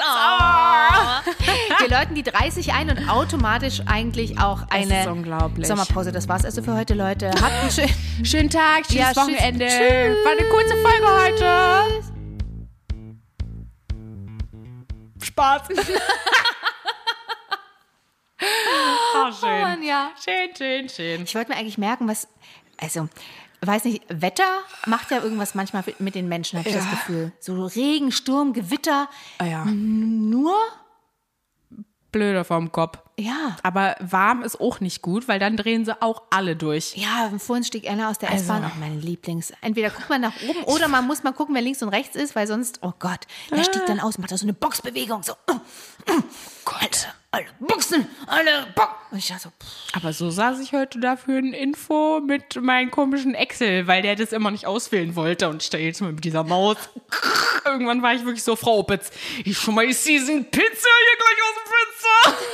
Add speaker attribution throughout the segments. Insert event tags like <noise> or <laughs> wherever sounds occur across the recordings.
Speaker 1: Oh.
Speaker 2: Oh.
Speaker 1: läuten die 30 ein und automatisch eigentlich auch eine
Speaker 2: ist unglaublich.
Speaker 1: Sommerpause. Das war's also für heute, Leute. Habt
Speaker 2: <laughs>
Speaker 1: einen schönen.
Speaker 2: Schönen Tag, schönes
Speaker 1: Ja, tschüss.
Speaker 2: Wochenende.
Speaker 1: Tschüss.
Speaker 2: War eine kurze Folge heute. <laughs> Spaß. oh, schön.
Speaker 1: ja.
Speaker 2: Schön, schön, schön.
Speaker 1: Ich wollte mir eigentlich merken, was. Also, weiß nicht, Wetter macht ja irgendwas manchmal mit den Menschen, habe ich das Gefühl. So Regen, Sturm, Gewitter.
Speaker 2: Ah ja.
Speaker 1: Nur?
Speaker 2: Blöder vom Kopf.
Speaker 1: Ja.
Speaker 2: Aber warm ist auch nicht gut, weil dann drehen sie auch alle durch.
Speaker 1: Ja, vorhin stieg einer aus der S-Bahn, auch mein Lieblings. Entweder guckt man nach oben oder man muss mal gucken, wer links und rechts ist, weil sonst, oh Gott, der stieg dann aus, macht da so eine Boxbewegung, so, oh, Gott, alle, alle Boxen, alle Boxen. Und ich dachte so, pff,
Speaker 2: Aber so saß ich heute dafür in Info mit meinem komischen Excel, weil der das immer nicht auswählen wollte und ich da jetzt mal mit dieser Maus. <laughs> Irgendwann war ich wirklich so, Frau Opitz, ich schmeiß diesen Pizza hier gleich aus dem Fenster. <laughs>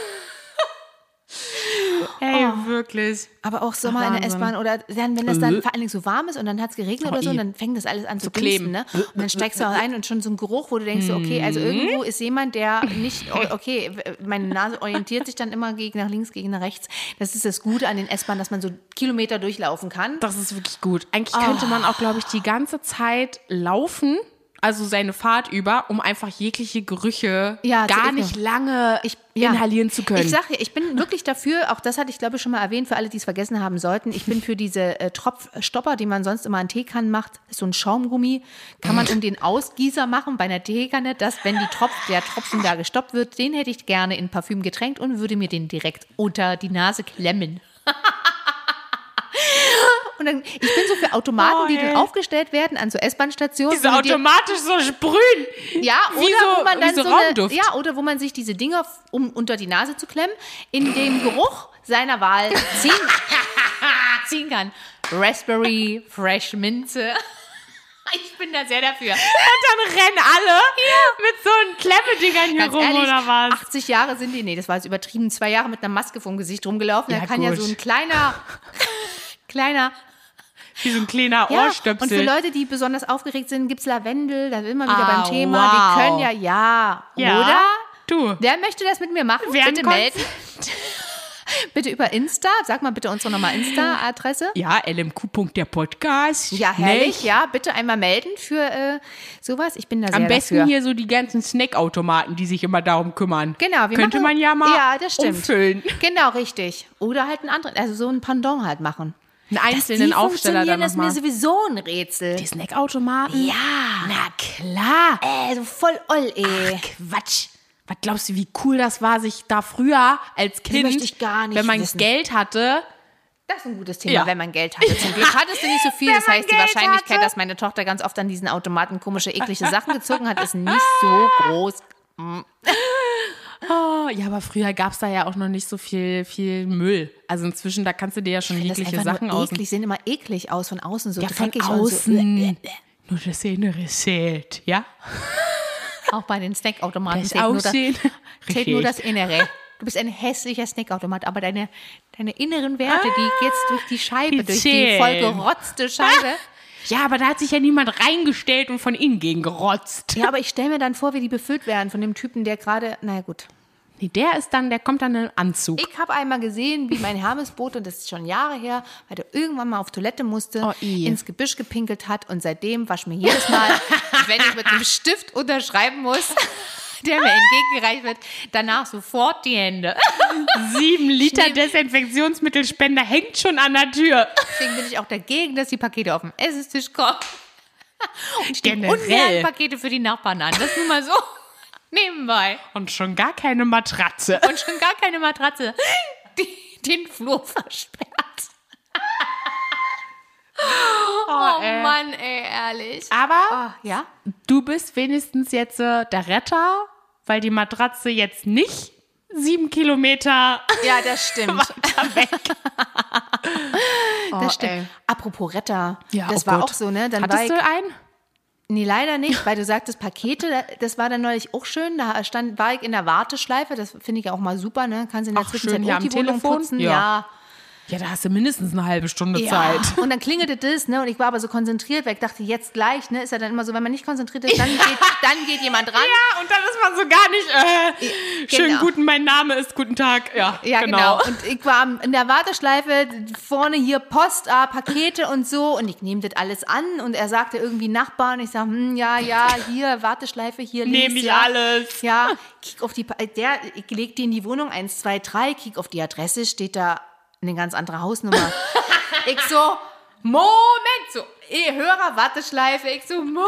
Speaker 2: hey,
Speaker 1: Oh.
Speaker 2: wirklich.
Speaker 1: aber auch Sommer in der
Speaker 2: Wahnsinn.
Speaker 1: S-Bahn oder dann, wenn das dann vor allen Dingen so warm ist und dann hat es geregnet oder so, und dann fängt das alles an Äh. Oh, eh. zu,
Speaker 2: kleben.
Speaker 1: kleben, ne? Und dann steigst du auch ein und schon so ein Geruch, wo du denkst, so, okay, also irgendwo ist jemand, <laughs> der nicht, oh, okay, meine Nase orientiert sich dann immer gegen nach links, gegen nach rechts. Das ist das Gute an den S-Bahnen, dass man so Kilometer durchlaufen kann.
Speaker 2: Das ist wirklich gut. Eigentlich könnte man auch, glaube ich, die ganze Zeit laufen, also seine Fahrt über, um einfach jegliche Gerüche
Speaker 1: Ja, zu
Speaker 2: gar
Speaker 1: ignorieren.
Speaker 2: nicht lange
Speaker 1: ich, ja.
Speaker 2: inhalieren zu können.
Speaker 1: Ich sage, ich bin wirklich dafür, auch das hatte ich glaube ich schon mal erwähnt, für alle, die es vergessen haben sollten, ich bin für diese äh, Tropfstopper, die man sonst immer an Teekannen macht, ist so ein Schaumgummi, kann man um den Ausgießer machen bei einer Teekanne, dass wenn die Tropf, der Tropfen da gestoppt wird, den hätte ich gerne in Parfüm getränkt und würde mir den direkt unter die Nase klemmen. <laughs> Und dann, ich bin so für Automaten,
Speaker 2: Oh,
Speaker 1: die dann
Speaker 2: ey.
Speaker 1: aufgestellt werden an so S-Bahn-Stationen.
Speaker 2: Diese
Speaker 1: wo du dir-
Speaker 2: automatisch so sprühen.
Speaker 1: ja,
Speaker 2: Wie
Speaker 1: oder
Speaker 2: so-
Speaker 1: wo man dann
Speaker 2: wie so
Speaker 1: so, eine,
Speaker 2: Raumduft.
Speaker 1: ja, oder wo man sich diese Dinger, f- um unter die Nase zu klemmen, in dem Geruch seiner Wahl
Speaker 2: <laughs>
Speaker 1: ziehen, ziehen kann. Raspberry, Fresh Minze. <laughs> Ich bin da sehr dafür.
Speaker 2: Und dann rennen alle mit so einem Klemmedingern hier
Speaker 1: Ganz
Speaker 2: rum
Speaker 1: ehrlich,
Speaker 2: oder was?
Speaker 1: 80 Jahre sind die, nee, das war jetzt übertrieben, zwei Jahre mit einer Maske vom Gesicht rumgelaufen.
Speaker 2: Ja,
Speaker 1: da kann ja
Speaker 2: gut.
Speaker 1: so ein kleiner, <laughs> kleiner
Speaker 2: Wie so ein
Speaker 1: Ja, und
Speaker 2: kleiner
Speaker 1: für
Speaker 2: Ohrstöpsel.
Speaker 1: Leute, die besonders aufgeregt sind, gibt es Lavendel, da sind wir wieder
Speaker 2: Ah,
Speaker 1: beim Thema.
Speaker 2: wow.
Speaker 1: Die können ja, ja,
Speaker 2: Ja,
Speaker 1: oder?
Speaker 2: du.
Speaker 1: Wer möchte das mit mir machen?
Speaker 2: Wer
Speaker 1: bitte
Speaker 2: ein Konz-
Speaker 1: melden. <laughs> bitte über Insta, sag mal bitte unsere nochmal Insta-Adresse.
Speaker 2: ja, LMQ. der Podcast.
Speaker 1: Ja, herrlich,
Speaker 2: Nicht?
Speaker 1: ja, bitte einmal melden für äh, sowas. Ich bin da sehr
Speaker 2: Am besten
Speaker 1: dafür.
Speaker 2: hier so die ganzen Snackautomaten, die sich immer darum kümmern.
Speaker 1: Genau, wir
Speaker 2: Könnte
Speaker 1: machen,
Speaker 2: man ja mal
Speaker 1: ja, das stimmt.
Speaker 2: umfüllen.
Speaker 1: Genau, richtig. Oder halt einen anderen, also so einen Pendant halt machen.
Speaker 2: Einen
Speaker 1: Die
Speaker 2: einzelnen Aufsteller
Speaker 1: funktionieren,
Speaker 2: dann
Speaker 1: das ist mir
Speaker 2: nochmal.
Speaker 1: sowieso ein Rätsel.
Speaker 2: Die Snackautomaten?
Speaker 1: Ja,
Speaker 2: Na klar.
Speaker 1: äh, so voll oll, ey.
Speaker 2: Quatsch. Was glaubst du, wie cool das war, sich da früher als Kind,
Speaker 1: möchte ich gar nicht
Speaker 2: wenn man
Speaker 1: wissen.
Speaker 2: Geld hatte,
Speaker 1: Das ist ein gutes Thema,
Speaker 2: Ja.
Speaker 1: wenn man Geld hatte. Zum Glück hattest du nicht so viel. Das
Speaker 2: Wenn man
Speaker 1: heißt, die
Speaker 2: Geld
Speaker 1: Wahrscheinlichkeit,
Speaker 2: hatte.
Speaker 1: dass meine Tochter ganz oft an diesen Automaten komische, eklige Sachen gezogen hat, ist nicht so groß.
Speaker 2: Oh, ja, aber früher gab es da ja auch noch nicht so viel, viel Müll. Also inzwischen, da kannst du dir ja schon
Speaker 1: Das
Speaker 2: jegliche
Speaker 1: einfach
Speaker 2: Sachen
Speaker 1: nur
Speaker 2: aus.
Speaker 1: eklig, sehen immer eklig aus von außen, so äh,
Speaker 2: Ja, von
Speaker 1: dreckig und
Speaker 2: außen. Nur das Innere zählt, ja?
Speaker 1: so. Auch bei den Snackautomaten
Speaker 2: Das
Speaker 1: zählt, nur das, <laughs>
Speaker 2: Aussehen.
Speaker 1: zählt nur das Innere. Du bist ein hässlicher Snackautomat, aber deine, deine inneren Werte, die jetzt durch die Scheibe,
Speaker 2: Ah, Die
Speaker 1: durch die
Speaker 2: zählen. Ah.
Speaker 1: vollgerotzte Scheibe.
Speaker 2: Ja, aber da hat sich ja niemand reingestellt und von innen gegen gerotzt.
Speaker 1: Ja, aber ich stelle mir dann vor, wie die befüllt werden von dem Typen, der gerade, naja gut.
Speaker 2: Nee, der ist dann, der kommt dann in Anzug.
Speaker 1: Ich habe einmal gesehen, wie mein Hermesbote, und das ist schon Jahre her, weil der irgendwann mal auf Toilette musste,
Speaker 2: Oh, i.
Speaker 1: ins Gebüsch gepinkelt hat und seitdem wasch mir jedes Mal,
Speaker 2: <laughs>
Speaker 1: wenn ich mit einem Stift unterschreiben muss, <laughs> der mir entgegengereicht wird, danach sofort die Hände.
Speaker 2: Sieben Liter
Speaker 1: nehm-
Speaker 2: Desinfektionsmittelspender hängt schon an der Tür.
Speaker 1: Deswegen bin ich auch dagegen, dass die Pakete auf dem Essenstisch kommen. Und ich nehme
Speaker 2: Generell.
Speaker 1: ungern Pakete für die Nachbarn an. Das nur mal so <laughs> nebenbei.
Speaker 2: Und schon gar keine Matratze.
Speaker 1: Und schon gar keine Matratze, die den Flur versperrt. Oh
Speaker 2: ey.
Speaker 1: Mann, ey, ehrlich.
Speaker 2: Aber
Speaker 1: ja?
Speaker 2: du bist wenigstens jetzt äh, der Retter, weil die Matratze jetzt nicht sieben Kilometer
Speaker 1: Ja, das <laughs> stimmt.
Speaker 2: weiter weg. Oh,
Speaker 1: das stimmt. Apropos Retter,
Speaker 2: Ja,
Speaker 1: das
Speaker 2: oh
Speaker 1: war
Speaker 2: Gott.
Speaker 1: auch so, ne? Dann war
Speaker 2: Hattest
Speaker 1: ich,
Speaker 2: du einen?
Speaker 1: nee, leider nicht, weil du sagtest Pakete, da- das war dann neulich auch schön. Da stand, war ich in der Warteschleife, das finde ich ja auch mal super, ne? Kannst in der
Speaker 2: Ach,
Speaker 1: Zwischenzeit
Speaker 2: schön, ja,
Speaker 1: auch die
Speaker 2: am
Speaker 1: Wohnung
Speaker 2: Telefon?
Speaker 1: putzen.
Speaker 2: Ja.
Speaker 1: Ja.
Speaker 2: Ja, da hast du mindestens eine halbe Stunde
Speaker 1: Ja. <laughs>
Speaker 2: Zeit.
Speaker 1: Und dann klingelte das, ne? Und ich war aber so konzentriert, weil ich dachte, jetzt gleich, ne? Ist ja dann immer so, wenn man nicht konzentriert <laughs> ist, dann, geht, dann geht jemand ran.
Speaker 2: Ja, und dann ist man so gar nicht, äh, schönen
Speaker 1: genau.
Speaker 2: guten, mein Name ist, guten Tag. Ja,
Speaker 1: Ja, genau. Und ich war am- in der Warteschleife, vorne hier Post, ah, Pakete und so. Und ich nehme das alles an. Und er sagte irgendwie Nachbar. Und ich sage, hm, ja, ja, hier, Warteschleife, hier links.
Speaker 2: Nehme ich
Speaker 1: ja.
Speaker 2: alles.
Speaker 1: Ja, kick auf die, Pa- der, ich leg dir in die Wohnung 1, 2, 3, kick auf die Adresse, steht da eine ganz andere Hausnummer. ich so, Moment, so, eh, Hörer, Warteschleife. Ich so, Moment.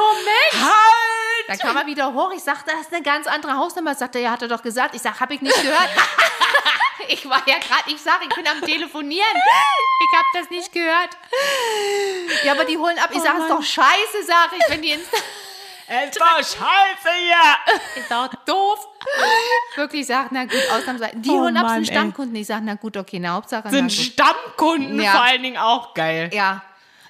Speaker 2: Halt!
Speaker 1: Dann kam er wieder hoch. Ich sagte, das ist eine ganz andere Hausnummer. Sagt er, ja, hat er doch gesagt. Ich sag, hab ich nicht
Speaker 2: <laughs>
Speaker 1: gehört. ich war ja gerade, ich sag, ich bin am Telefonieren. Ich hab das nicht gehört. Ja, aber die holen ab.
Speaker 2: Oh
Speaker 1: Ich sag, es ist doch scheiße, sag ich, wenn die ins.
Speaker 2: Es war scheiße hier!
Speaker 1: Ist doch doof. Wirklich sagt, na gut, ausnahmsweise. Die
Speaker 2: Oh
Speaker 1: holen ab
Speaker 2: Mann,
Speaker 1: sind
Speaker 2: ey.
Speaker 1: Stammkunden. Ich sag, na gut, okay, na Hauptsache. na
Speaker 2: Sind
Speaker 1: gut.
Speaker 2: Stammkunden
Speaker 1: Ja.
Speaker 2: vor allen Dingen auch geil.
Speaker 1: Ja.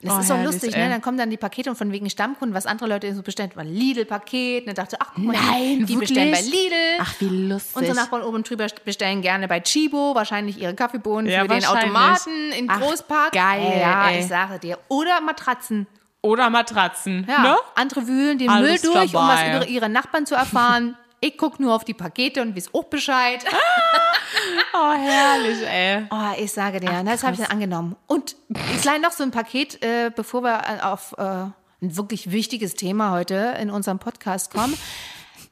Speaker 1: Das
Speaker 2: Oh,
Speaker 1: ist so
Speaker 2: herrlich,
Speaker 1: lustig,
Speaker 2: ey.
Speaker 1: ne? Dann kommen dann die Pakete und von wegen Stammkunden, was andere Leute so bestellen, war Lidl-Paket. Und dann dachte ich, ach, guck mal, die-
Speaker 2: Nein,
Speaker 1: die bestellen bei
Speaker 2: wirklich?
Speaker 1: Lidl.
Speaker 2: Ach, wie lustig.
Speaker 1: Unsere Nachbarn oben drüber bestellen gerne bei Chibo wahrscheinlich ihre Kaffeebohnen
Speaker 2: Ja,
Speaker 1: für den
Speaker 2: wahrscheinlich.
Speaker 1: Automaten in
Speaker 2: Ach,
Speaker 1: Großpark. Äh,
Speaker 2: geil,
Speaker 1: ja,
Speaker 2: ey.
Speaker 1: ich sage dir. Oder Matratzen.
Speaker 2: Oder Matratzen.
Speaker 1: Ja.
Speaker 2: Ne?
Speaker 1: Andere wühlen den
Speaker 2: Alles
Speaker 1: Müll durch, um was
Speaker 2: dabei.
Speaker 1: über ihre Nachbarn zu erfahren. ich gucke nur auf die Pakete und weiß auch Bescheid.
Speaker 2: Oh, herrlich, ey.
Speaker 1: <laughs> Oh, ich sage dir, das habe ich dann angenommen. Und klein noch so ein Paket, äh, bevor wir äh, auf äh, ein wirklich wichtiges Thema heute in unserem Podcast kommen.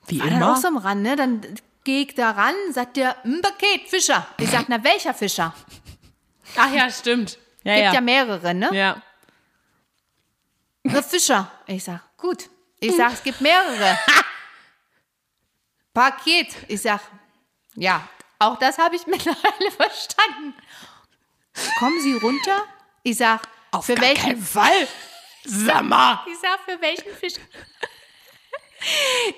Speaker 2: Wie
Speaker 1: War dann auch so am Rand, ne? Dann gehe ich da ran, sagt der, ein Paket, Fischer. Ich sage, na welcher Fischer?
Speaker 2: Ach ja, stimmt. Ja,
Speaker 1: Gibt ja,
Speaker 2: ja.
Speaker 1: mehrere, ne?
Speaker 2: ja.
Speaker 1: Na, Fischer. Ich sag, gut. Ich sag, es gibt
Speaker 2: <laughs>
Speaker 1: mehrere. Paket. Ich sag, ja, auch das habe ich <laughs> mittlerweile verstanden. Kommen Sie runter? Ich sag, für
Speaker 2: gar
Speaker 1: welchen
Speaker 2: keinen Fall. Sag mal.
Speaker 1: Ich sag, für welchen Fisch? <laughs>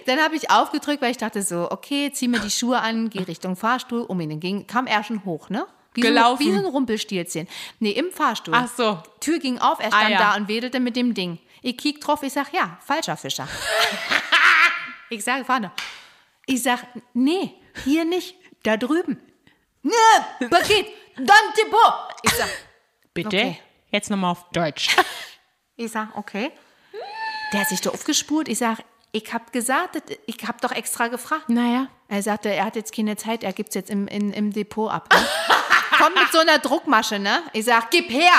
Speaker 1: Dann habe ich aufgedrückt, weil ich dachte so, okay, zieh mir die Schuhe an, geh Richtung Fahrstuhl, um ihn entgegen, kam er schon hoch, ne? Wie
Speaker 2: Gelaufen.
Speaker 1: So, wie so ein Rumpelstilzchen. Nee, im Fahrstuhl.
Speaker 2: Ach so.
Speaker 1: Tür ging auf, er stand
Speaker 2: Ah, ja.
Speaker 1: da und wedelte mit dem Ding. Ich kiek drauf, ich sag, ja, falscher
Speaker 2: <laughs>
Speaker 1: Fischer. ich sage, Fahne. Ich sag, nee, hier nicht, da drüben. Nee, Paket, Dante Bo. Ich sag,
Speaker 2: Bitte?
Speaker 1: Okay.
Speaker 2: Jetzt nochmal auf Deutsch.
Speaker 1: Ich sag, okay. Der hat sich da aufgespurt. Ich sag, ich hab gesagt, das- ich hab doch extra gefragt.
Speaker 2: <laughs> Naja.
Speaker 1: Er sagte, er hat jetzt keine Zeit, er gibt's jetzt im, in, im Depot ab. Ne?
Speaker 2: <laughs>
Speaker 1: Komm mit so einer Druckmasche, ne? Ich sag, gib her!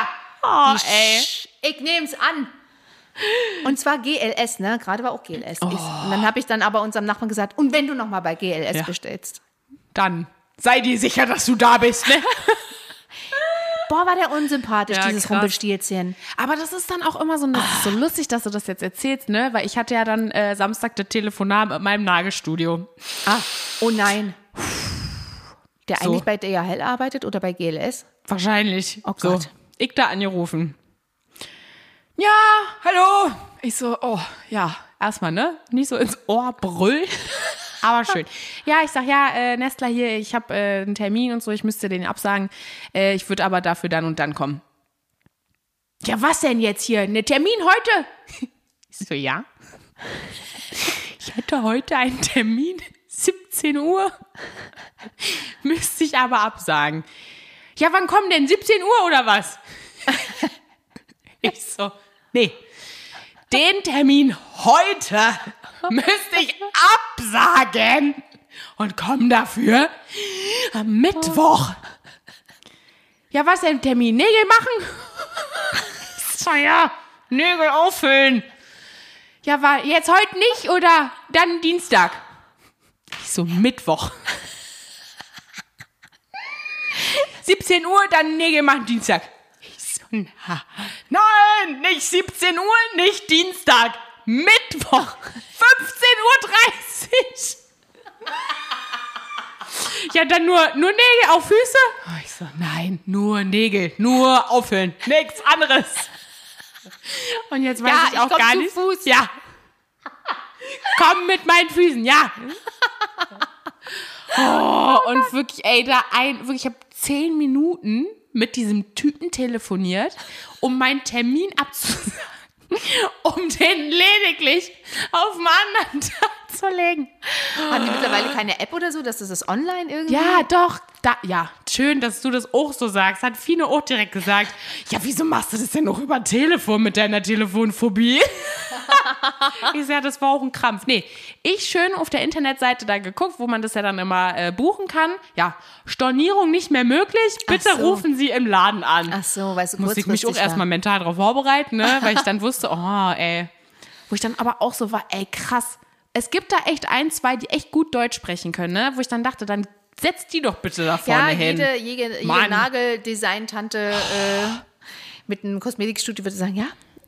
Speaker 2: Oh,
Speaker 1: Die
Speaker 2: ey.
Speaker 1: Sch- Ich nehm's an. Und zwar GLS, ne? Gerade war auch GLS.
Speaker 2: Oh.
Speaker 1: Ich, und dann habe ich dann aber unserem Nachbarn gesagt, und wenn du nochmal bei GLS
Speaker 2: Ja.
Speaker 1: bestellst.
Speaker 2: Dann sei dir sicher, dass du da bist, ne?
Speaker 1: Boah, war der unsympathisch,
Speaker 2: Ja,
Speaker 1: dieses
Speaker 2: krass.
Speaker 1: Rumpelstilzchen.
Speaker 2: <laughs> Aber das ist dann auch immer so, das ist so lustig, dass du das jetzt erzählst, ne? Weil ich hatte ja dann äh, Samstag das Telefonat mit meinem Nagelstudio.
Speaker 1: Ah, oh nein. Der
Speaker 2: So.
Speaker 1: eigentlich bei DHL arbeitet oder bei GLS?
Speaker 2: Wahrscheinlich.
Speaker 1: Oh
Speaker 2: so.
Speaker 1: Gott.
Speaker 2: Ich da angerufen. Ja, hallo. Ich so, oh, ja, erstmal, ne? Nicht so ins Ohr brüllen. <laughs> Aber schön. Ja, ich sag, ja, äh, Nestler hier, ich habe äh, einen Termin und so, ich müsste den absagen. Äh, ich würde aber dafür dann und dann kommen. Ja, was denn jetzt hier? Ne Termin heute? <laughs> Ich so, ja. <laughs> Ich hatte heute einen Termin, <laughs> 17 Uhr. <laughs> Müsste ich aber absagen. Ja, wann kommen denn? 17 Uhr oder was? ich so, nee. Den Termin heute müsste ich absagen und komm dafür am Mittwoch. Ja, was denn Termin? Nägel machen? <laughs> so, ja, Nägel auffüllen. Ja, war jetzt heute nicht oder dann Dienstag? Ich so, Mittwoch. <laughs> 17 Uhr, dann Nägel machen Dienstag. Ich so, na, nein, nicht 17 Uhr, nicht Dienstag. Mittwoch, 15.30 Uhr. <laughs> Ja, dann nur, nur Nägel auf Füße? Oh, Ich so, nein, nur Nägel, nur auffüllen, nichts anderes. Und jetzt weiß
Speaker 1: Ja,
Speaker 2: ich auch
Speaker 1: ich komm
Speaker 2: gar
Speaker 1: zu
Speaker 2: nicht.
Speaker 1: Fuß.
Speaker 2: Ja. Komm mit meinen Füßen, ja. Oh, und wirklich, ey, da ein, wirklich, ich habe zehn Minuten mit diesem Typen telefoniert, um meinen <laughs> Termin abzusagen, um den lediglich auf einen anderen Tag hinzulegen.
Speaker 1: Haben die mittlerweile keine App oder so, dass das ist online irgendwie?
Speaker 2: Ah. Ja, doch. Da, ja, schön, dass du das auch so sagst. Hat Fine auch direkt gesagt. Ja, wieso machst du das denn noch über Telefon mit deiner Telefonphobie? <laughs> ich sag, das war auch ein Krampf. Nee, ich schön auf der Internetseite da geguckt, wo man das ja dann immer äh, buchen kann. Ja, Stornierung nicht mehr möglich. Bitte
Speaker 1: so.
Speaker 2: rufen Sie im Laden an.
Speaker 1: Ach so, weißt du,
Speaker 2: Musste ich mich auch
Speaker 1: kurzfristig
Speaker 2: erstmal
Speaker 1: war.
Speaker 2: mental darauf vorbereiten, ne? weil ich dann wusste, oh, ey. Wo ich dann aber auch so war, ey, krass. Es gibt da echt ein, zwei, die echt gut Deutsch sprechen können, ne? wo ich dann dachte, dann setz die doch bitte da
Speaker 1: Ja,
Speaker 2: vorne hin.
Speaker 1: jede, jede, jede
Speaker 2: Mann.
Speaker 1: Nageldesign-Tante äh, mit einem Kosmetikstudio würde sagen, ja,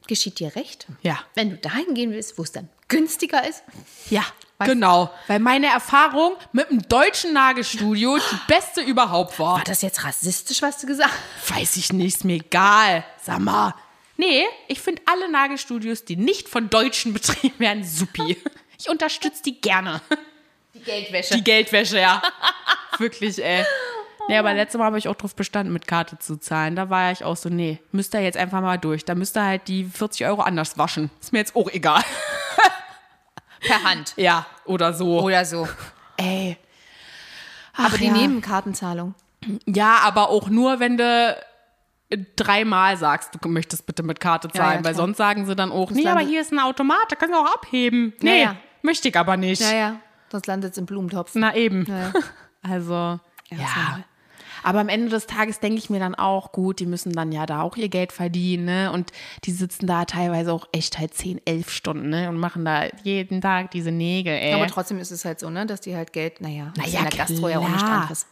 Speaker 1: geschieht dir recht.
Speaker 2: Ja.
Speaker 1: Wenn du dahin gehen willst, wo es dann günstiger ist.
Speaker 2: Ja, genau. Weil meine Erfahrung mit dem deutschen Nagelstudio die beste überhaupt war.
Speaker 1: War das jetzt rassistisch, was du gesagt hast?
Speaker 2: Weiß ich nicht, ist mir egal. Sag mal. Nee, ich finde alle Nagelstudios, die nicht von Deutschen betrieben werden, supi. <laughs> Ich unterstütze die gerne.
Speaker 1: Die Geldwäsche.
Speaker 2: Die Geldwäsche, ja. <laughs> Oh Wirklich, ey. Nee, aber letztes Mal habe ich auch drauf bestanden, mit Karte zu zahlen. Da war ich auch so, nee, müsst ihr jetzt einfach mal durch. Da müsst ihr halt die 40 Euro anders waschen. Ist mir jetzt auch egal.
Speaker 1: per Hand.
Speaker 2: Ja, <laughs> oder so.
Speaker 1: Oder so.
Speaker 2: ey.
Speaker 1: Aber die
Speaker 2: ja.
Speaker 1: nehmen Kartenzahlung.
Speaker 2: Ja, aber auch nur, wenn du dreimal sagst, du möchtest bitte mit Karte
Speaker 1: ja,
Speaker 2: zahlen,
Speaker 1: klar.
Speaker 2: weil sonst sagen sie dann auch, nee,
Speaker 1: landet-
Speaker 2: aber hier ist ein Automat, da können wir auch abheben. Nee,
Speaker 1: ja.
Speaker 2: möchte ich aber nicht.
Speaker 1: Naja, sonst landet es im Blumentopf.
Speaker 2: Na eben.
Speaker 1: Ja.
Speaker 2: <laughs> Also, ja.
Speaker 1: normal.
Speaker 2: Aber am Ende des Tages denke ich mir dann auch, gut, die müssen dann ja da auch ihr Geld verdienen, ne? Und die sitzen da teilweise auch echt halt 10, 11 Stunden, ne? Und machen da jeden Tag diese Nägel, ey.
Speaker 1: Aber trotzdem ist es halt so, ne, dass die halt Geld, naja,
Speaker 2: Na
Speaker 1: ist
Speaker 2: ja,
Speaker 1: in der Gastro ja auch
Speaker 2: klar.
Speaker 1: nicht anderes.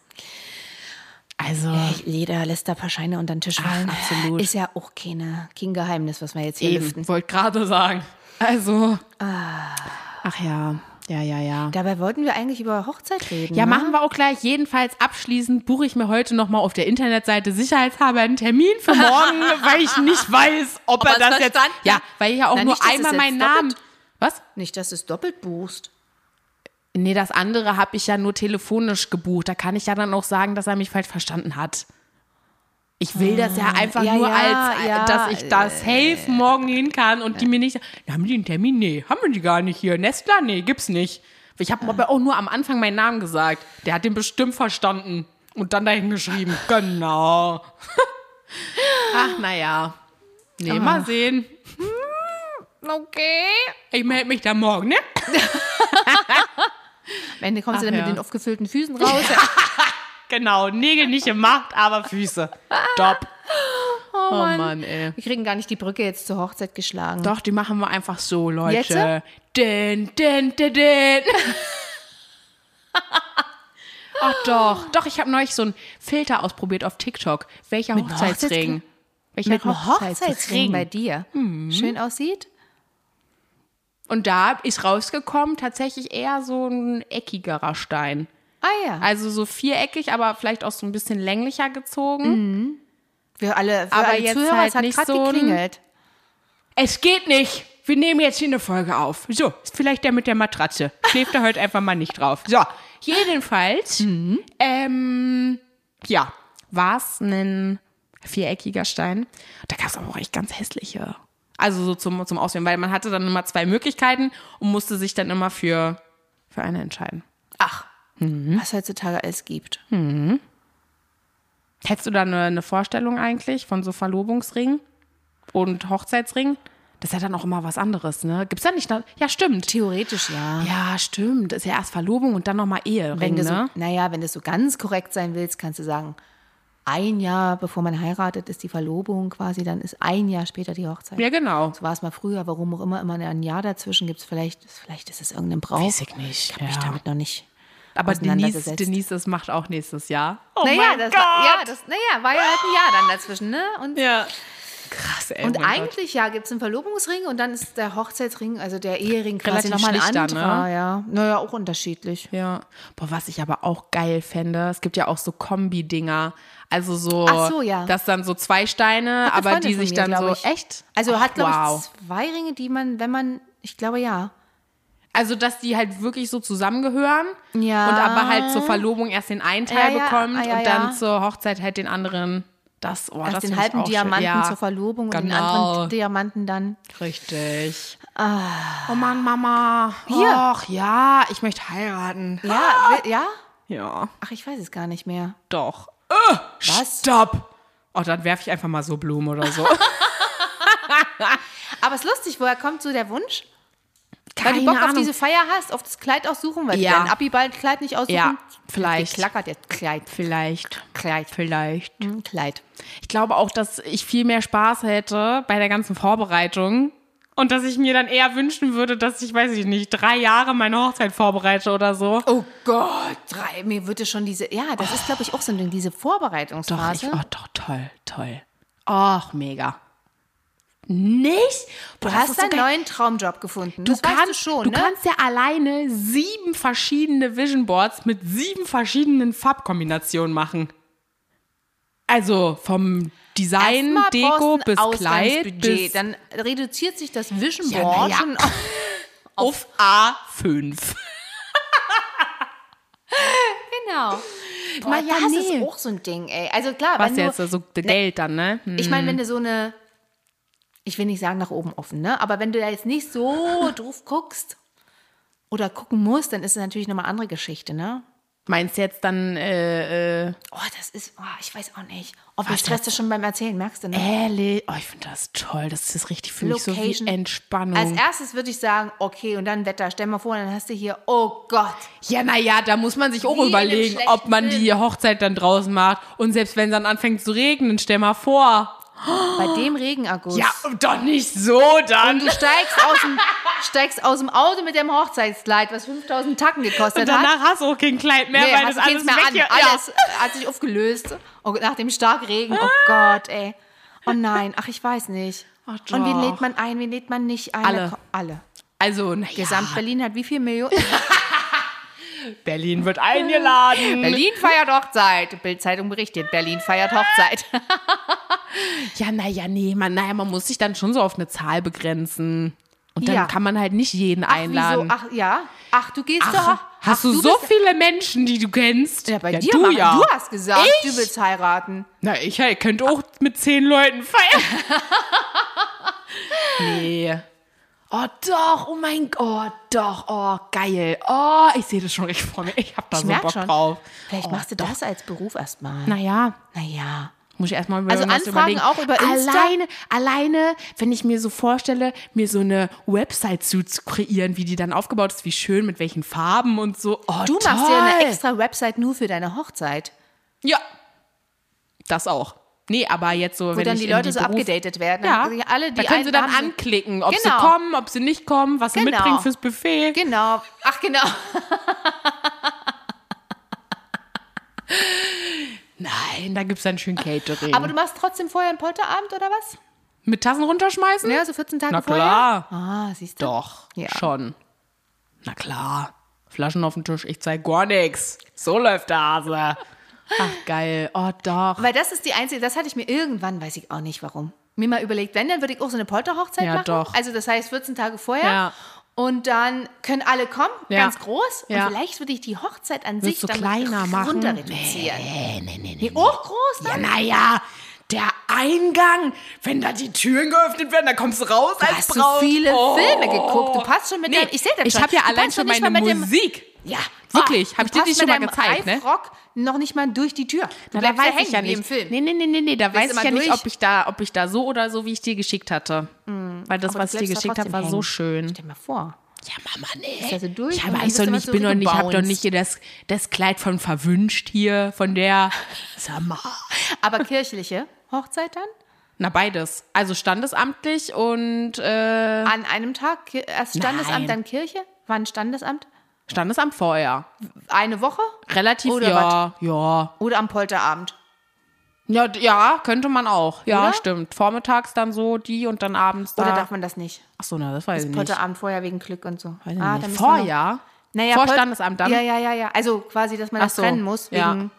Speaker 2: also,
Speaker 1: Leder lässt da paar Scheine unter den Tisch fallen.
Speaker 2: absolut.
Speaker 1: Ist ja auch keine, kein Geheimnis, was wir jetzt hier lüften.
Speaker 2: eben, wollte gerade sagen. Also. Ach ja, ja, ja, ja.
Speaker 1: Dabei wollten wir eigentlich über Hochzeit reden.
Speaker 2: Ja,
Speaker 1: ne?
Speaker 2: machen wir auch gleich. Jedenfalls abschließend buche ich mir heute nochmal auf der Internetseite sicherheitshalber einen Termin
Speaker 1: <laughs>
Speaker 2: für morgen, weil ich nicht weiß, ob,
Speaker 1: Ob
Speaker 2: er
Speaker 1: er's
Speaker 2: das jetzt.
Speaker 1: verstanden
Speaker 2: Ja,
Speaker 1: hat?
Speaker 2: weil ich ja auch
Speaker 1: Na,
Speaker 2: nur
Speaker 1: nicht, dass es
Speaker 2: einmal
Speaker 1: jetzt
Speaker 2: meinen
Speaker 1: doppelt-
Speaker 2: Namen. Was?
Speaker 1: Nicht, dass du es doppelt buchst.
Speaker 2: Nee, das andere habe ich ja nur telefonisch gebucht. Da kann ich ja dann auch sagen, dass er mich falsch verstanden hat. Ich will das Ah, ja Äh. einfach
Speaker 1: ja,
Speaker 2: nur
Speaker 1: ja,
Speaker 2: als, äh,
Speaker 1: ja,
Speaker 2: dass ich da safe morgen hin kann und die mir nicht sagen, "Na, haben die einen Termin? Nee, haben wir die gar nicht hier. Nestler? Nee, gibt's nicht. Ich habe aber auch nur am Anfang meinen Namen gesagt. Der hat den bestimmt verstanden und dann dahin geschrieben. Genau. Ach, naja. Nee, mal sehen.
Speaker 1: Okay.
Speaker 2: Ich melde mich da morgen, ne?
Speaker 1: Am Ende kommst du
Speaker 2: Ach
Speaker 1: dann
Speaker 2: ja.
Speaker 1: mit den aufgefüllten <laughs> Füßen raus.
Speaker 2: Genau, Nägel nicht gemacht, aber Füße. Top. Oh Mann, ey.
Speaker 1: wir kriegen gar nicht die Brücke jetzt zur Hochzeit geschlagen.
Speaker 2: Doch, die machen wir einfach so, Leute.
Speaker 1: Jetzt?
Speaker 2: Din, din,
Speaker 1: <laughs>
Speaker 2: din, din. Ach doch. Doch, ich habe neulich so einen Filter ausprobiert auf TikTok. Welcher
Speaker 1: einem
Speaker 2: Hochzeitsring?
Speaker 1: Hochzeitsring?
Speaker 2: Welcher
Speaker 1: Mit einem Hochzeitsring bei dir.
Speaker 2: Mhm.
Speaker 1: Schön aussieht.
Speaker 2: Und da ist rausgekommen tatsächlich eher so ein eckigerer Stein.
Speaker 1: Ah ja.
Speaker 2: Also so viereckig, aber vielleicht auch so ein bisschen länglicher gezogen.
Speaker 1: Wir alle, für
Speaker 2: Aber
Speaker 1: alle
Speaker 2: jetzt
Speaker 1: Zuhörer,
Speaker 2: halt
Speaker 1: es hat
Speaker 2: nicht
Speaker 1: gerade
Speaker 2: so ein-
Speaker 1: geklingelt.
Speaker 2: Es geht nicht. Wir nehmen jetzt hier eine Folge auf. So, ist vielleicht der mit der Matratze. Schläft er heute einfach mal nicht drauf. Mhm. So, jedenfalls, ähm, ja, war es ein viereckiger Stein. Da gab es aber auch echt ganz hässliche. Also so zum, zum Auswählen, weil man hatte dann immer zwei Möglichkeiten und musste sich dann immer für, für eine entscheiden.
Speaker 1: Ach,
Speaker 2: Mhm.
Speaker 1: was heutzutage alles gibt.
Speaker 2: Hm, Hättest du da eine, eine Vorstellung eigentlich von so Verlobungsring und Hochzeitsring? Das ist ja dann auch immer was anderes, ne? Gibt's da nicht? noch- Ja, stimmt.
Speaker 1: Theoretisch ja.
Speaker 2: Ja, stimmt. Ist ja erst Verlobung und dann nochmal Ehe.
Speaker 1: Wenn du so,
Speaker 2: ne?
Speaker 1: naja, wenn du so ganz korrekt sein willst, kannst du sagen, ein Jahr bevor man heiratet, ist die Verlobung quasi, dann ist ein Jahr später die Hochzeit.
Speaker 2: Ja, genau.
Speaker 1: So war es mal früher, warum auch immer, immer ein Jahr dazwischen gibt es. Vielleicht, vielleicht ist es irgendein Brauch.
Speaker 2: ich nicht.
Speaker 1: Ich
Speaker 2: ja.
Speaker 1: damit noch nicht.
Speaker 2: Aber Denise,
Speaker 1: auseinandergesetzt.
Speaker 2: Denise das macht auch nächstes Jahr. Oh
Speaker 1: naja,
Speaker 2: mein
Speaker 1: das
Speaker 2: Gott.
Speaker 1: war, ja, das, naja, war ja halt ein Jahr dann dazwischen, ne? Und,
Speaker 2: ja. Krass, ey.
Speaker 1: und
Speaker 2: mein Gott.
Speaker 1: eigentlich, ja, gibt es einen Verlobungsring und dann ist der Hochzeitsring, also der Ehering quasi
Speaker 2: Relativ ne?
Speaker 1: nochmal ein
Speaker 2: schlichter,
Speaker 1: anderer. Ja. Naja, auch unterschiedlich.
Speaker 2: Ja. Boah, was ich aber auch geil fände, es gibt ja auch so Kombi-Dinger. Also so,
Speaker 1: Ach so, ja.
Speaker 2: dass dann so zwei Steine,
Speaker 1: eine
Speaker 2: aber die
Speaker 1: Freundin von
Speaker 2: sich
Speaker 1: mir,
Speaker 2: dann so
Speaker 1: glaub ich.
Speaker 2: echt.
Speaker 1: Also
Speaker 2: Ach,
Speaker 1: hat, glaube
Speaker 2: wow.
Speaker 1: ich, zwei Ringe, die man, wenn man, ich glaube ja.
Speaker 2: Also, dass die halt wirklich so zusammengehören
Speaker 1: Ja.
Speaker 2: und aber halt zur Verlobung erst den einen Teil
Speaker 1: Ja, ja,
Speaker 2: bekommt
Speaker 1: ah, ja,
Speaker 2: und dann
Speaker 1: ja.
Speaker 2: zur Hochzeit halt den anderen. Das, oh,
Speaker 1: Erst den
Speaker 2: das finde ich
Speaker 1: halben
Speaker 2: auch schön.
Speaker 1: Diamanten
Speaker 2: ja,
Speaker 1: zur Verlobung und den
Speaker 2: genau.
Speaker 1: anderen Diamanten dann.
Speaker 2: Richtig. Oh Mann, Mama.
Speaker 1: Ah. Hier.
Speaker 2: Och, ja, ich möchte heiraten. Ah.
Speaker 1: Ja, wi- ja? Äh,
Speaker 2: Ja,
Speaker 1: Ach, ich weiß es gar nicht mehr.
Speaker 2: doch.
Speaker 1: Was?
Speaker 2: Stopp. Oh, dann werfe ich einfach mal so Blumen
Speaker 1: <laughs>
Speaker 2: oder so.
Speaker 1: Aber es ist lustig, woher kommt so der Wunsch? Weil
Speaker 2: Keine
Speaker 1: du Bock auf
Speaker 2: Ahnung.
Speaker 1: diese Feier hast, auf das Kleid aussuchen, weil
Speaker 2: Ja.
Speaker 1: ja. die dein Abiball-Kleid nicht aussuchen.
Speaker 2: Ja, vielleicht.
Speaker 1: Klackert jetzt Kleid,
Speaker 2: Vielleicht.
Speaker 1: Kleid,
Speaker 2: Vielleicht.
Speaker 1: hm, Kleid.
Speaker 2: Ich glaube auch, dass ich viel mehr Spaß hätte bei der ganzen Vorbereitung. Und dass ich mir dann eher wünschen würde, dass ich, weiß ich nicht, drei Jahre meine Hochzeit vorbereite oder so.
Speaker 1: Oh Gott, drei, mir würde schon diese, ja, das ist glaube ich auch so ein Ding, diese
Speaker 2: Doch,
Speaker 1: Vorbereitungsphase.
Speaker 2: ich, oh, doch, toll, toll. Ach, mega. Nicht?
Speaker 1: du
Speaker 2: Boah, das
Speaker 1: hast
Speaker 2: ist so
Speaker 1: deinen
Speaker 2: geil.
Speaker 1: neuen Traumjob gefunden. das weißt du schon,
Speaker 2: du
Speaker 1: ne?
Speaker 2: kannst ja alleine sieben verschiedene Vision Boards mit sieben verschiedenen Farbkombinationen machen. Also vom Design,
Speaker 1: Erstmal
Speaker 2: Deko
Speaker 1: brauchst du ein
Speaker 2: bis Kleid
Speaker 1: Ausgangsbudget,
Speaker 2: bis
Speaker 1: Dann reduziert sich das Vision
Speaker 2: Ja,
Speaker 1: Board
Speaker 2: na ja.
Speaker 1: schon
Speaker 2: <laughs> auf A5.
Speaker 1: Genau. Boah,
Speaker 2: ja,
Speaker 1: das
Speaker 2: nee.
Speaker 1: ist auch so ein Ding, ey. Also klar,
Speaker 2: Was
Speaker 1: wenn
Speaker 2: jetzt,
Speaker 1: du,
Speaker 2: also Geld dann, oh, ne? Hm.
Speaker 1: ich meine, wenn du so eine, ich will nicht sagen nach oben offen, ne? Aber wenn du da jetzt nicht
Speaker 2: <laughs>
Speaker 1: so drauf guckst oder gucken musst, dann ist es natürlich nochmal eine andere Geschichte, ne?
Speaker 2: Meinst du jetzt dann, äh, äh,
Speaker 1: Oh, das ist, oh, ich weiß auch nicht. Oh, ich stress das schon beim Erzählen, merkst du, ne?
Speaker 2: ehrlich? Oh, ich finde das toll. Das ist richtig für mich so wie
Speaker 1: Location.
Speaker 2: Entspannung.
Speaker 1: Als erstes würde ich sagen, okay, und dann Wetter. Stell mal vor, dann hast du hier, oh Gott.
Speaker 2: Ja, naja, da muss man sich auch
Speaker 1: Wie in einem
Speaker 2: überlegen,
Speaker 1: schlechten
Speaker 2: ob man die Hochzeit dann draußen macht. Und selbst wenn es dann anfängt zu regnen, stell mal vor.
Speaker 1: Bei dem Regenaugust.
Speaker 2: Ja, doch nicht so dann.
Speaker 1: Und
Speaker 2: <laughs>
Speaker 1: du steigst aus, dem, steigst aus dem Auto mit dem Hochzeitskleid, was 5000 Tacken gekostet hat.
Speaker 2: Danach hast du auch kein Kleid mehr,
Speaker 1: Nee,
Speaker 2: weil
Speaker 1: hast
Speaker 2: das
Speaker 1: du keins
Speaker 2: alles
Speaker 1: mehr
Speaker 2: weg
Speaker 1: an.
Speaker 2: hier.
Speaker 1: Alles hat sich aufgelöst. Und nach dem Starkregen, oh Gott, ey. Oh nein, ach, ich weiß nicht.
Speaker 2: Ach
Speaker 1: Und wen
Speaker 2: doch.
Speaker 1: lädt man ein, wen lädt man nicht ein?
Speaker 2: Alle.
Speaker 1: Da ko- Alle.
Speaker 2: Also, naja,
Speaker 1: Gesamt-Berlin hat wie viel Millionen?
Speaker 2: Berlin wird eingeladen.
Speaker 1: Berlin feiert Hochzeit. Bildzeitung berichtet, Berlin feiert Hochzeit.
Speaker 2: Ja, naja, nee, man, naja, man muss sich dann schon so auf eine Zahl begrenzen. Und dann
Speaker 1: Ja.
Speaker 2: kann man halt nicht jeden
Speaker 1: Ach, wieso?
Speaker 2: einladen.
Speaker 1: Ach, ja. Ach, du gehst
Speaker 2: Ach,
Speaker 1: doch.
Speaker 2: hast
Speaker 1: ach,
Speaker 2: du, so
Speaker 1: bist-
Speaker 2: viele Menschen, die du kennst?
Speaker 1: Ja, bei dir,
Speaker 2: du
Speaker 1: Mama,
Speaker 2: ja.
Speaker 1: du hast gesagt,
Speaker 2: Ich?
Speaker 1: du willst heiraten.
Speaker 2: Na, ich, hey, könnte auch mit zehn Leuten
Speaker 1: <laughs>
Speaker 2: feiern. nee. Oh doch, oh mein Gott, doch, oh geil. Oh, ich sehe das schon richtig vor mir. Ich hab da
Speaker 1: Ich
Speaker 2: so
Speaker 1: merk
Speaker 2: Bock
Speaker 1: schon.
Speaker 2: drauf.
Speaker 1: Vielleicht
Speaker 2: oh,
Speaker 1: machst du das als Beruf erstmal.
Speaker 2: Naja,
Speaker 1: Naja.
Speaker 2: muss ich erstmal über
Speaker 1: Also
Speaker 2: irgendwas
Speaker 1: Anfragen
Speaker 2: überlegen.
Speaker 1: auch über Insta?
Speaker 2: Alleine, alleine, wenn ich mir so vorstelle, mir so eine Website zu, zu kreieren, wie die dann aufgebaut ist, wie schön, mit welchen Farben und so. Oh,
Speaker 1: Du
Speaker 2: toll.
Speaker 1: machst dir eine extra Website nur für deine Hochzeit.
Speaker 2: Ja. Das auch. Nee, aber jetzt so,
Speaker 1: wo
Speaker 2: wenn
Speaker 1: dann
Speaker 2: ich
Speaker 1: die
Speaker 2: in
Speaker 1: Leute so
Speaker 2: Beruf-
Speaker 1: abgedatet werden.
Speaker 2: Ja,
Speaker 1: Also alle, die
Speaker 2: da können sie
Speaker 1: einen
Speaker 2: dann
Speaker 1: haben,
Speaker 2: anklicken, ob
Speaker 1: Genau.
Speaker 2: sie kommen, ob sie nicht kommen, was sie
Speaker 1: Genau.
Speaker 2: mitbringen fürs Buffet.
Speaker 1: Genau. Ach, genau.
Speaker 2: Nein, da gibt es dann schön Catering.
Speaker 1: Aber du machst trotzdem vorher einen Polterabend oder was?
Speaker 2: Mit Tassen runterschmeißen?
Speaker 1: Ja, so 14 Tage
Speaker 2: Na
Speaker 1: vorher?
Speaker 2: klar.
Speaker 1: Ah, siehst du.
Speaker 2: Doch,
Speaker 1: Ja.
Speaker 2: schon. Na klar. Flaschen auf den Tisch, ich zeig gar nichts. So läuft der Hase. Ach, geil. Oh, doch.
Speaker 1: Weil das ist die einzige, das hatte ich mir irgendwann, weiß ich auch nicht warum, mir mal überlegt, wenn, dann würde ich auch so eine Polterhochzeit
Speaker 2: Ja,
Speaker 1: machen.
Speaker 2: doch.
Speaker 1: Also das heißt 14 Tage vorher.
Speaker 2: Ja.
Speaker 1: Und dann können alle kommen,
Speaker 2: Ja.
Speaker 1: ganz groß.
Speaker 2: Ja.
Speaker 1: Und vielleicht würde ich die Hochzeit an sich
Speaker 2: Willst du
Speaker 1: dann
Speaker 2: kleiner machen?
Speaker 1: runter reduzieren.
Speaker 2: Nee, nee, nee, nee.
Speaker 1: Nee, auch groß
Speaker 2: oh, Ja,
Speaker 1: dann?
Speaker 2: naja, der Eingang, wenn da die Türen geöffnet werden, dann kommst du raus
Speaker 1: Du
Speaker 2: als
Speaker 1: hast
Speaker 2: Braut.
Speaker 1: so viele
Speaker 2: Oh.
Speaker 1: Filme geguckt. Du passt schon mit
Speaker 2: Nee,
Speaker 1: deinem. Ich sehe das
Speaker 2: ich
Speaker 1: schon.
Speaker 2: habe ja
Speaker 1: Du
Speaker 2: allein
Speaker 1: passt
Speaker 2: schon
Speaker 1: nicht
Speaker 2: meine
Speaker 1: mal mit dem-
Speaker 2: Musik.
Speaker 1: Ja,
Speaker 2: Wirklich,
Speaker 1: Ah,
Speaker 2: hab ich
Speaker 1: du
Speaker 2: dir die
Speaker 1: passt
Speaker 2: schon
Speaker 1: mit
Speaker 2: mal
Speaker 1: deinem
Speaker 2: gezeigt, ne?
Speaker 1: Reifrock noch nicht mal durch die Tür. Du
Speaker 2: Na, da
Speaker 1: bleibst
Speaker 2: weiß
Speaker 1: hängen
Speaker 2: ich ja
Speaker 1: wie
Speaker 2: nicht.
Speaker 1: im Film.
Speaker 2: Nee, nee, nee, nee, nee, da weiß
Speaker 1: du
Speaker 2: ich
Speaker 1: mal
Speaker 2: ja nicht,
Speaker 1: durch?
Speaker 2: ob ich, da, ob ich da so oder so, wie ich dir geschickt hatte. Weil das,
Speaker 1: Hm, Aber
Speaker 2: was
Speaker 1: du bleibst da
Speaker 2: ich dir geschickt habe, war
Speaker 1: trotzdem
Speaker 2: so
Speaker 1: hängen.
Speaker 2: schön.
Speaker 1: Stell dir mal vor.
Speaker 2: Ja, Mama, nee.
Speaker 1: da so durch
Speaker 2: ich
Speaker 1: und
Speaker 2: habe
Speaker 1: dann
Speaker 2: ich
Speaker 1: bist du
Speaker 2: doch
Speaker 1: immer
Speaker 2: nicht,
Speaker 1: so
Speaker 2: bin doch nicht, ich habe doch
Speaker 1: gebounced.
Speaker 2: nicht hier das, das Kleid von verwünscht hier, von der. <laughs> Sag mal.
Speaker 1: Aber kirchliche Hochzeit dann?
Speaker 2: Na, beides. Also standesamtlich und äh,
Speaker 1: An einem Tag? Ki- Erst Standesamt,
Speaker 2: Nein.
Speaker 1: dann Kirche? Wann Standesamt?
Speaker 2: Standesamt vorher.
Speaker 1: Eine Woche?
Speaker 2: Relativ,
Speaker 1: Oder
Speaker 2: ja, ja.
Speaker 1: Oder am Polterabend?
Speaker 2: Ja, d- ja, könnte man auch. Ja,
Speaker 1: Oder?
Speaker 2: stimmt. Vormittags dann so die und dann abends da.
Speaker 1: Oder darf man das nicht?
Speaker 2: Ach so, na, das weiß ich nicht.
Speaker 1: Polterabend vorher wegen Glück und so.
Speaker 2: Weiß ich
Speaker 1: Ah, dann
Speaker 2: nicht.
Speaker 1: müssen wir noch-
Speaker 2: Vorjahr?
Speaker 1: Naja,
Speaker 2: Vor
Speaker 1: Pol-
Speaker 2: Standesamt dann?
Speaker 1: Ja, ja, ja, ja. Also quasi, dass man
Speaker 2: Ach
Speaker 1: das
Speaker 2: so,
Speaker 1: trennen muss.
Speaker 2: ja.
Speaker 1: Wegen,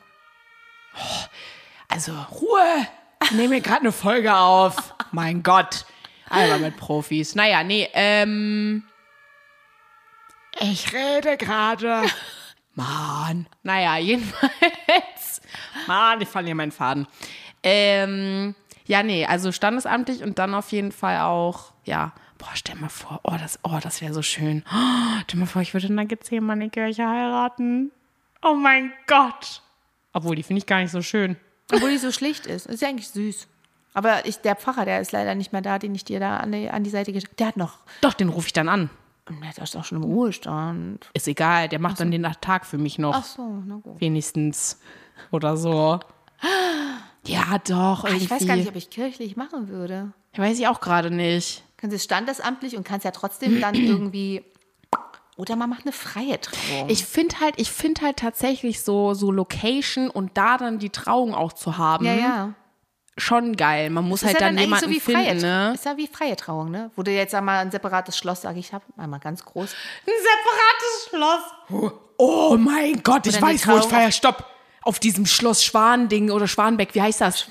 Speaker 2: Also, Ruhe! Ich nehme mir gerade eine Folge auf. mein Gott. Einmal mit Profis. Naja, nee, ähm. Ich rede gerade. Mann. Naja, jedenfalls. Mann, ich verliere meinen Faden. Ähm, ja, nee, also standesamtlich und dann auf jeden Fall auch, ja. Boah, stell mal vor, oh, das, oh, das wäre so schön. Oh, stell mal vor, ich würde in der Gethsemane Kirche heiraten. Oh mein Gott. Obwohl, die finde ich gar nicht so schön.
Speaker 1: Obwohl die so schlicht ist. Ist ja eigentlich süß. Aber ich, der Pfarrer, der ist leider nicht mehr da, den ich dir da an die, an die Seite geschickt Der hat noch.
Speaker 2: Doch, den rufe ich dann an.
Speaker 1: Der ist doch schon im Ruhestand.
Speaker 2: Ist egal, der macht dann den Tag für mich noch.
Speaker 1: Ach so, na gut.
Speaker 2: Wenigstens. Oder so. Ja, doch. Irgendwie.
Speaker 1: Ich weiß gar nicht, ob ich kirchlich machen würde.
Speaker 2: Weiß ich auch gerade nicht.
Speaker 1: Kannst du standesamtlich und kannst ja trotzdem
Speaker 2: <clears throat>
Speaker 1: dann irgendwie. Oder man macht eine freie Trauung.
Speaker 2: Ich finde halt, ich finde halt tatsächlich so, so Location und da dann die Trauung auch zu haben.
Speaker 1: ja, ja.
Speaker 2: Schon geil. Man muss
Speaker 1: Ist
Speaker 2: halt
Speaker 1: ja
Speaker 2: mhm. dann,
Speaker 1: eigentlich
Speaker 2: jemanden
Speaker 1: freie,
Speaker 2: finden, ne?
Speaker 1: Ist ja wie freie Trauung, ne? Wo du jetzt einmal ein separates Schloss sag ich habe, einmal ganz groß.
Speaker 2: Ein separates Schloss. Oh mein Gott, ich
Speaker 1: Oder eine
Speaker 2: weiß, wo ich
Speaker 1: Trauung
Speaker 2: feier. Stopp. Auf diesem Schloss Schwan-Ding oder Schwanbeck, wie heißt das?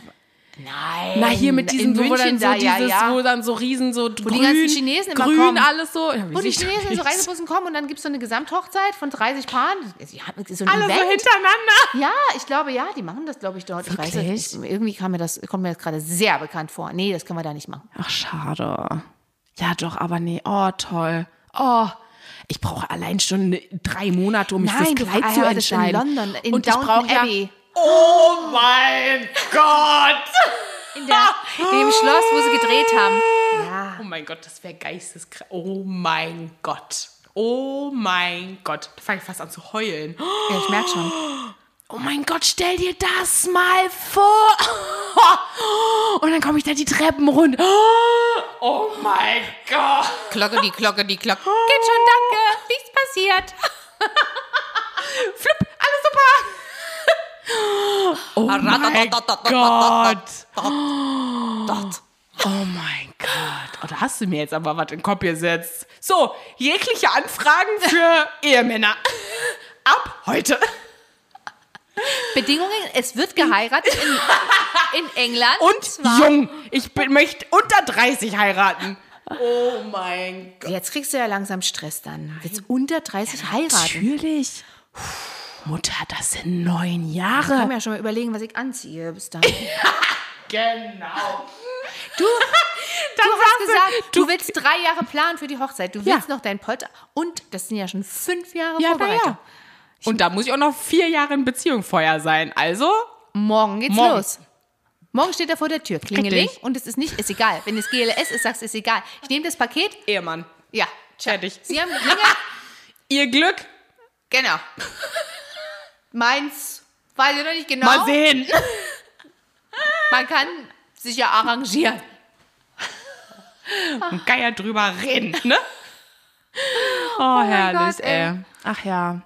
Speaker 1: Nein.
Speaker 2: Na, hier mit diesem,
Speaker 1: in
Speaker 2: wo
Speaker 1: München
Speaker 2: dann so
Speaker 1: da, ja,
Speaker 2: dieses,
Speaker 1: ja.
Speaker 2: wo dann so riesen, so grün,
Speaker 1: ganzen Chinesen immer
Speaker 2: grün
Speaker 1: kommen.
Speaker 2: alles so. Ja,
Speaker 1: Wo die
Speaker 2: weiß ich doch
Speaker 1: Chinesen
Speaker 2: <laughs>
Speaker 1: in so
Speaker 2: nicht.
Speaker 1: Reisebussen kommen und dann gibt es so eine Gesamthochzeit von 30 Paaren. Sie haben so ein
Speaker 2: Alle so
Speaker 1: Event.
Speaker 2: hintereinander.
Speaker 1: Ja, ich glaube, ja, die machen das, glaube ich, dort. Ich weiß
Speaker 2: Wirklich?
Speaker 1: es nicht. Irgendwie kam mir das, kommt mir das gerade sehr bekannt vor. Nee, das können wir da nicht machen.
Speaker 2: Ach, schade. Ja, doch, aber nee. Oh, toll. Oh. Ich brauche allein schon ne- drei Monate, um mich fürs
Speaker 1: Nein, du
Speaker 2: Kleid zu
Speaker 1: heiratest in
Speaker 2: entscheiden.
Speaker 1: London, in
Speaker 2: Und ich
Speaker 1: Downton
Speaker 2: brauche ja,
Speaker 1: Abbey.
Speaker 2: Oh mein Gott!
Speaker 1: In, der, in dem Schloss, wo sie gedreht haben. Ja.
Speaker 2: Oh mein Gott, das wäre geisteskrank. Oh mein Gott. Oh mein Gott. Da fange ich fast an zu heulen.
Speaker 1: ja ich merke schon.
Speaker 2: Oh mein Gott, stell dir das mal vor. <laughs> Und dann komme ich da die Treppen runter. <gasps> Oh mein Gott.
Speaker 1: Glocke, die Glocke, die Glocke. Geht schon, danke. Nichts passiert.
Speaker 2: Flipp, alles super. Oh mein Gott.
Speaker 1: Dort.
Speaker 2: <gasps> Oh mein Gott. Oh, da hast du mir jetzt aber was in den Kopf gesetzt. So, jegliche Anfragen <laughs> für Ehemänner. Ab heute.
Speaker 1: Bedingungen, es wird geheiratet in, in England.
Speaker 2: Und
Speaker 1: zwar-
Speaker 2: jung. Ich bin, möchte unter 30 heiraten. Oh mein Gott.
Speaker 1: Jetzt kriegst du ja langsam Stress dann. Jetzt unter 30 heiraten.
Speaker 2: Natürlich. Mutter, das sind neun
Speaker 1: Ich
Speaker 2: Jahre.
Speaker 1: kann mir ja schon mal überlegen, was ich anziehe bis dann. <laughs>
Speaker 2: Genau. <laughs>
Speaker 1: Du, du hast gesagt, du, willst drei Jahre planen für die Hochzeit. Du
Speaker 2: Ja.
Speaker 1: willst noch dein Polter. Und das sind ja schon fünf Jahre
Speaker 2: Ja, na
Speaker 1: Vorbereitung.
Speaker 2: ja. Und da muss ich auch noch vier Jahre in Beziehung vorher sein. Also,
Speaker 1: Morgen geht's
Speaker 2: Morgen.
Speaker 1: los. Morgen steht er vor der Tür, klingeling,
Speaker 2: Richtig.
Speaker 1: und es ist nicht, ist egal. Wenn es GLS ist, sagst du, ist egal. Ich nehme das Paket,
Speaker 2: Ehemann,
Speaker 1: ja.
Speaker 2: fertig.
Speaker 1: Sie <laughs> haben Dinge,
Speaker 2: Ihr Glück,
Speaker 1: genau. Meins, weiß ich noch nicht genau.
Speaker 2: mal sehen.
Speaker 1: Man kann sich ja arrangieren.
Speaker 2: Und geier drüber reden, ne? <laughs> Oh, herrlich,
Speaker 1: Gott, ey.
Speaker 2: ey. Ach ja,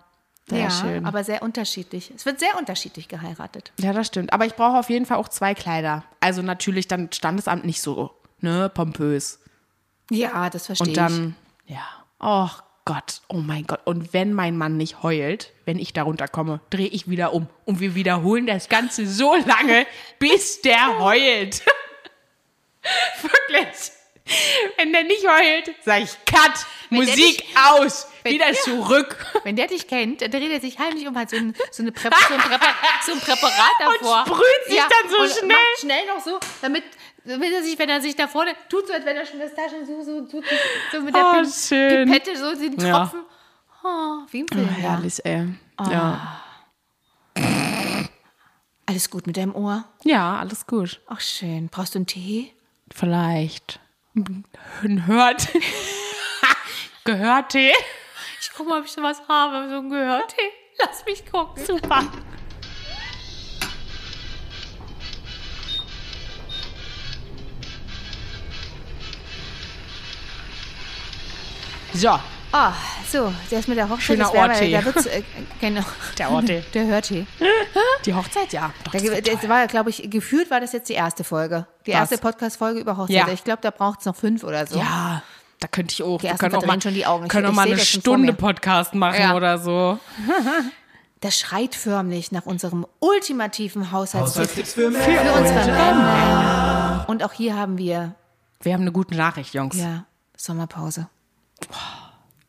Speaker 2: sehr
Speaker 1: ja,
Speaker 2: schön.
Speaker 1: aber sehr unterschiedlich. Es wird sehr unterschiedlich geheiratet.
Speaker 2: Ja, das stimmt. Aber ich brauche auf jeden Fall auch zwei Kleider. Also natürlich dann Standesamt nicht so, ne, pompös.
Speaker 1: Ja, das verstehe
Speaker 2: Und dann, ja. Oh Gott, oh mein Gott. Und wenn mein Mann nicht heult, wenn ich darunter komme, drehe ich wieder um. Und wir wiederholen das Ganze so <laughs> lange, bis der heult. <laughs> Wirklich. Wenn der nicht heult, sage ich Cut,
Speaker 1: der
Speaker 2: Musik aus, wieder zurück.
Speaker 1: ich. Wenn der dich kennt, dann dreht er sich heimlich um, hat so ein, so eine Präpa- so ein, Präpa- so ein Präparat davor.
Speaker 2: sprüht sich dann so
Speaker 1: und
Speaker 2: schnell.
Speaker 1: Macht schnell noch so, damit, damit er sich, wenn er sich da vorne, tut so, als wenn er schon das Taschen so, so, tut sich so mit der
Speaker 2: Oh,
Speaker 1: Pin-
Speaker 2: schön.
Speaker 1: Pipette, so den
Speaker 2: Ja.
Speaker 1: Tropfen. Oh, wie im Film, ja.
Speaker 2: Herrlich, ey. Ja.
Speaker 1: Alles gut mit deinem Ohr?
Speaker 2: ja, alles gut.
Speaker 1: Ach, schön. Brauchst du einen Tee?
Speaker 2: Vielleicht. Hört. <laughs> Gehört Tee.
Speaker 1: Ich guck mal, ob ich sowas habe, so ein Gehörtee. Lass mich gucken.
Speaker 2: Super. So,
Speaker 1: Ah, so, der ist mit der Hochschule.
Speaker 2: Schöner
Speaker 1: das wär mal-
Speaker 2: Ohrtee.
Speaker 1: Der wird's, äh, genau.
Speaker 2: <laughs> Der Ohrtee.
Speaker 1: <laughs> Der Hörtee.
Speaker 2: die Hochzeit, ja. Doch,
Speaker 1: Da,
Speaker 2: das wird
Speaker 1: das
Speaker 2: toll.
Speaker 1: war, glaube ich, gefühlt war das jetzt die erste Folge. Die
Speaker 2: Was?
Speaker 1: erste Podcast-Folge über Hochzeit.
Speaker 2: Ja.
Speaker 1: Ich glaube, da braucht es noch fünf oder so.
Speaker 2: ja, da könnte ich auch.
Speaker 1: Die
Speaker 2: Wir
Speaker 1: ersten
Speaker 2: können auch mal,
Speaker 1: verdrehen schon die Augen. Ich-
Speaker 2: können auch
Speaker 1: ich
Speaker 2: mal
Speaker 1: seh
Speaker 2: eine
Speaker 1: das schon vor
Speaker 2: Stunde
Speaker 1: mir.
Speaker 2: Podcast machen
Speaker 1: Ja.
Speaker 2: oder so.
Speaker 1: Das schreit förmlich nach unserem ultimativen Haushaltstipp
Speaker 3: Haushaltstipps für Männer.
Speaker 1: für unsere Männer. Und auch hier haben wir,
Speaker 2: Wir haben eine gute Nachricht, Jungs.
Speaker 1: ja, Sommerpause.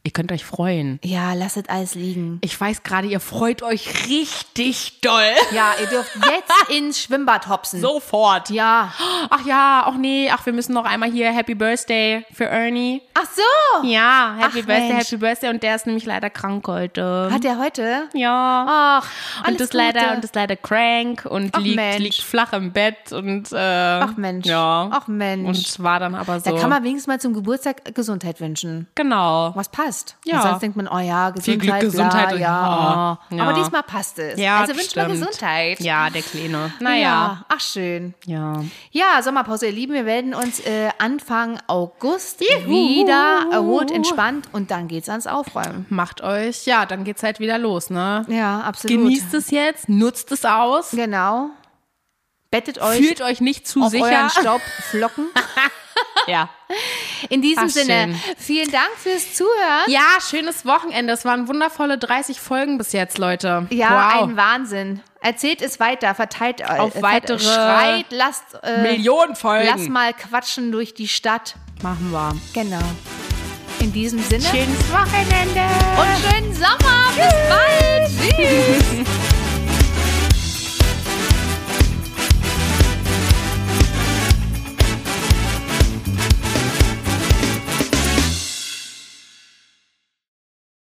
Speaker 2: Ihr könnt euch freuen.
Speaker 1: Ja, lasst alles liegen.
Speaker 2: Ich weiß gerade, ihr freut euch richtig doll. <laughs>
Speaker 1: Ja, ihr dürft <laughs> jetzt ins Schwimmbad hopsen.
Speaker 2: Sofort.
Speaker 1: Ja.
Speaker 2: Ach ja, ach nee, ach, wir müssen noch einmal hier Happy Birthday für Ernie.
Speaker 1: Ach so.
Speaker 2: Ja, Happy
Speaker 1: Ach,
Speaker 2: Birthday,
Speaker 1: Mensch.
Speaker 2: Happy Birthday. Und der ist nämlich leider krank heute.
Speaker 1: Hat er heute?
Speaker 2: ja.
Speaker 1: Ach, alles
Speaker 2: und ist
Speaker 1: Gute.
Speaker 2: leider und ist leider crank und
Speaker 1: Ach,
Speaker 2: liegt,
Speaker 1: Mensch.
Speaker 2: liegt flach im Bett und äh, ach
Speaker 1: Mensch.
Speaker 2: ja
Speaker 1: Ach, Mensch.
Speaker 2: und war dann aber so
Speaker 1: Da kann man wenigstens mal zum Geburtstag Gesundheit wünschen.
Speaker 2: genau
Speaker 1: Was passt.
Speaker 2: Ja.
Speaker 1: Und sonst denkt man, oh ja,
Speaker 2: Viel
Speaker 1: Gesundheit,
Speaker 2: Glück, Gesundheit,
Speaker 1: bla, ja.
Speaker 2: ja.
Speaker 1: oh.
Speaker 2: Ja.
Speaker 1: Aber diesmal passt es.
Speaker 2: Ja,
Speaker 1: also
Speaker 2: das
Speaker 1: wünscht mal
Speaker 2: stimmt.
Speaker 1: Gesundheit.
Speaker 2: ja der kleine naja
Speaker 1: Ja. Ach, schön.
Speaker 2: ja,
Speaker 1: Ja, Sommerpause, ihr Lieben. Wir melden uns äh, Anfang August wieder erholt, entspannt und dann geht's ans Aufräumen.
Speaker 2: macht euch ja dann geht's halt wieder los ne
Speaker 1: Ja, absolut.
Speaker 2: genießt es jetzt nutzt es aus
Speaker 1: Genau. Bettet euch
Speaker 2: fühlt euch nicht zu
Speaker 1: auf
Speaker 2: sicher
Speaker 1: euren Staubflocken.
Speaker 2: ja
Speaker 1: In diesem
Speaker 2: Ach,
Speaker 1: Sinne, vielen Dank fürs Zuhören.
Speaker 2: ja schönes Wochenende es waren wundervolle 30 Folgen bis jetzt Leute
Speaker 1: Ja,
Speaker 2: wow.
Speaker 1: ein Wahnsinn. Erzählt es weiter, verteilt äh,
Speaker 2: Auf
Speaker 1: vert-
Speaker 2: weitere
Speaker 1: Schreit, lasst, äh,
Speaker 2: Millionen Folgen
Speaker 1: lasst mal quatschen durch die Stadt.
Speaker 2: machen wir
Speaker 1: Genau. In diesem Sinne.
Speaker 2: schönes Wochenende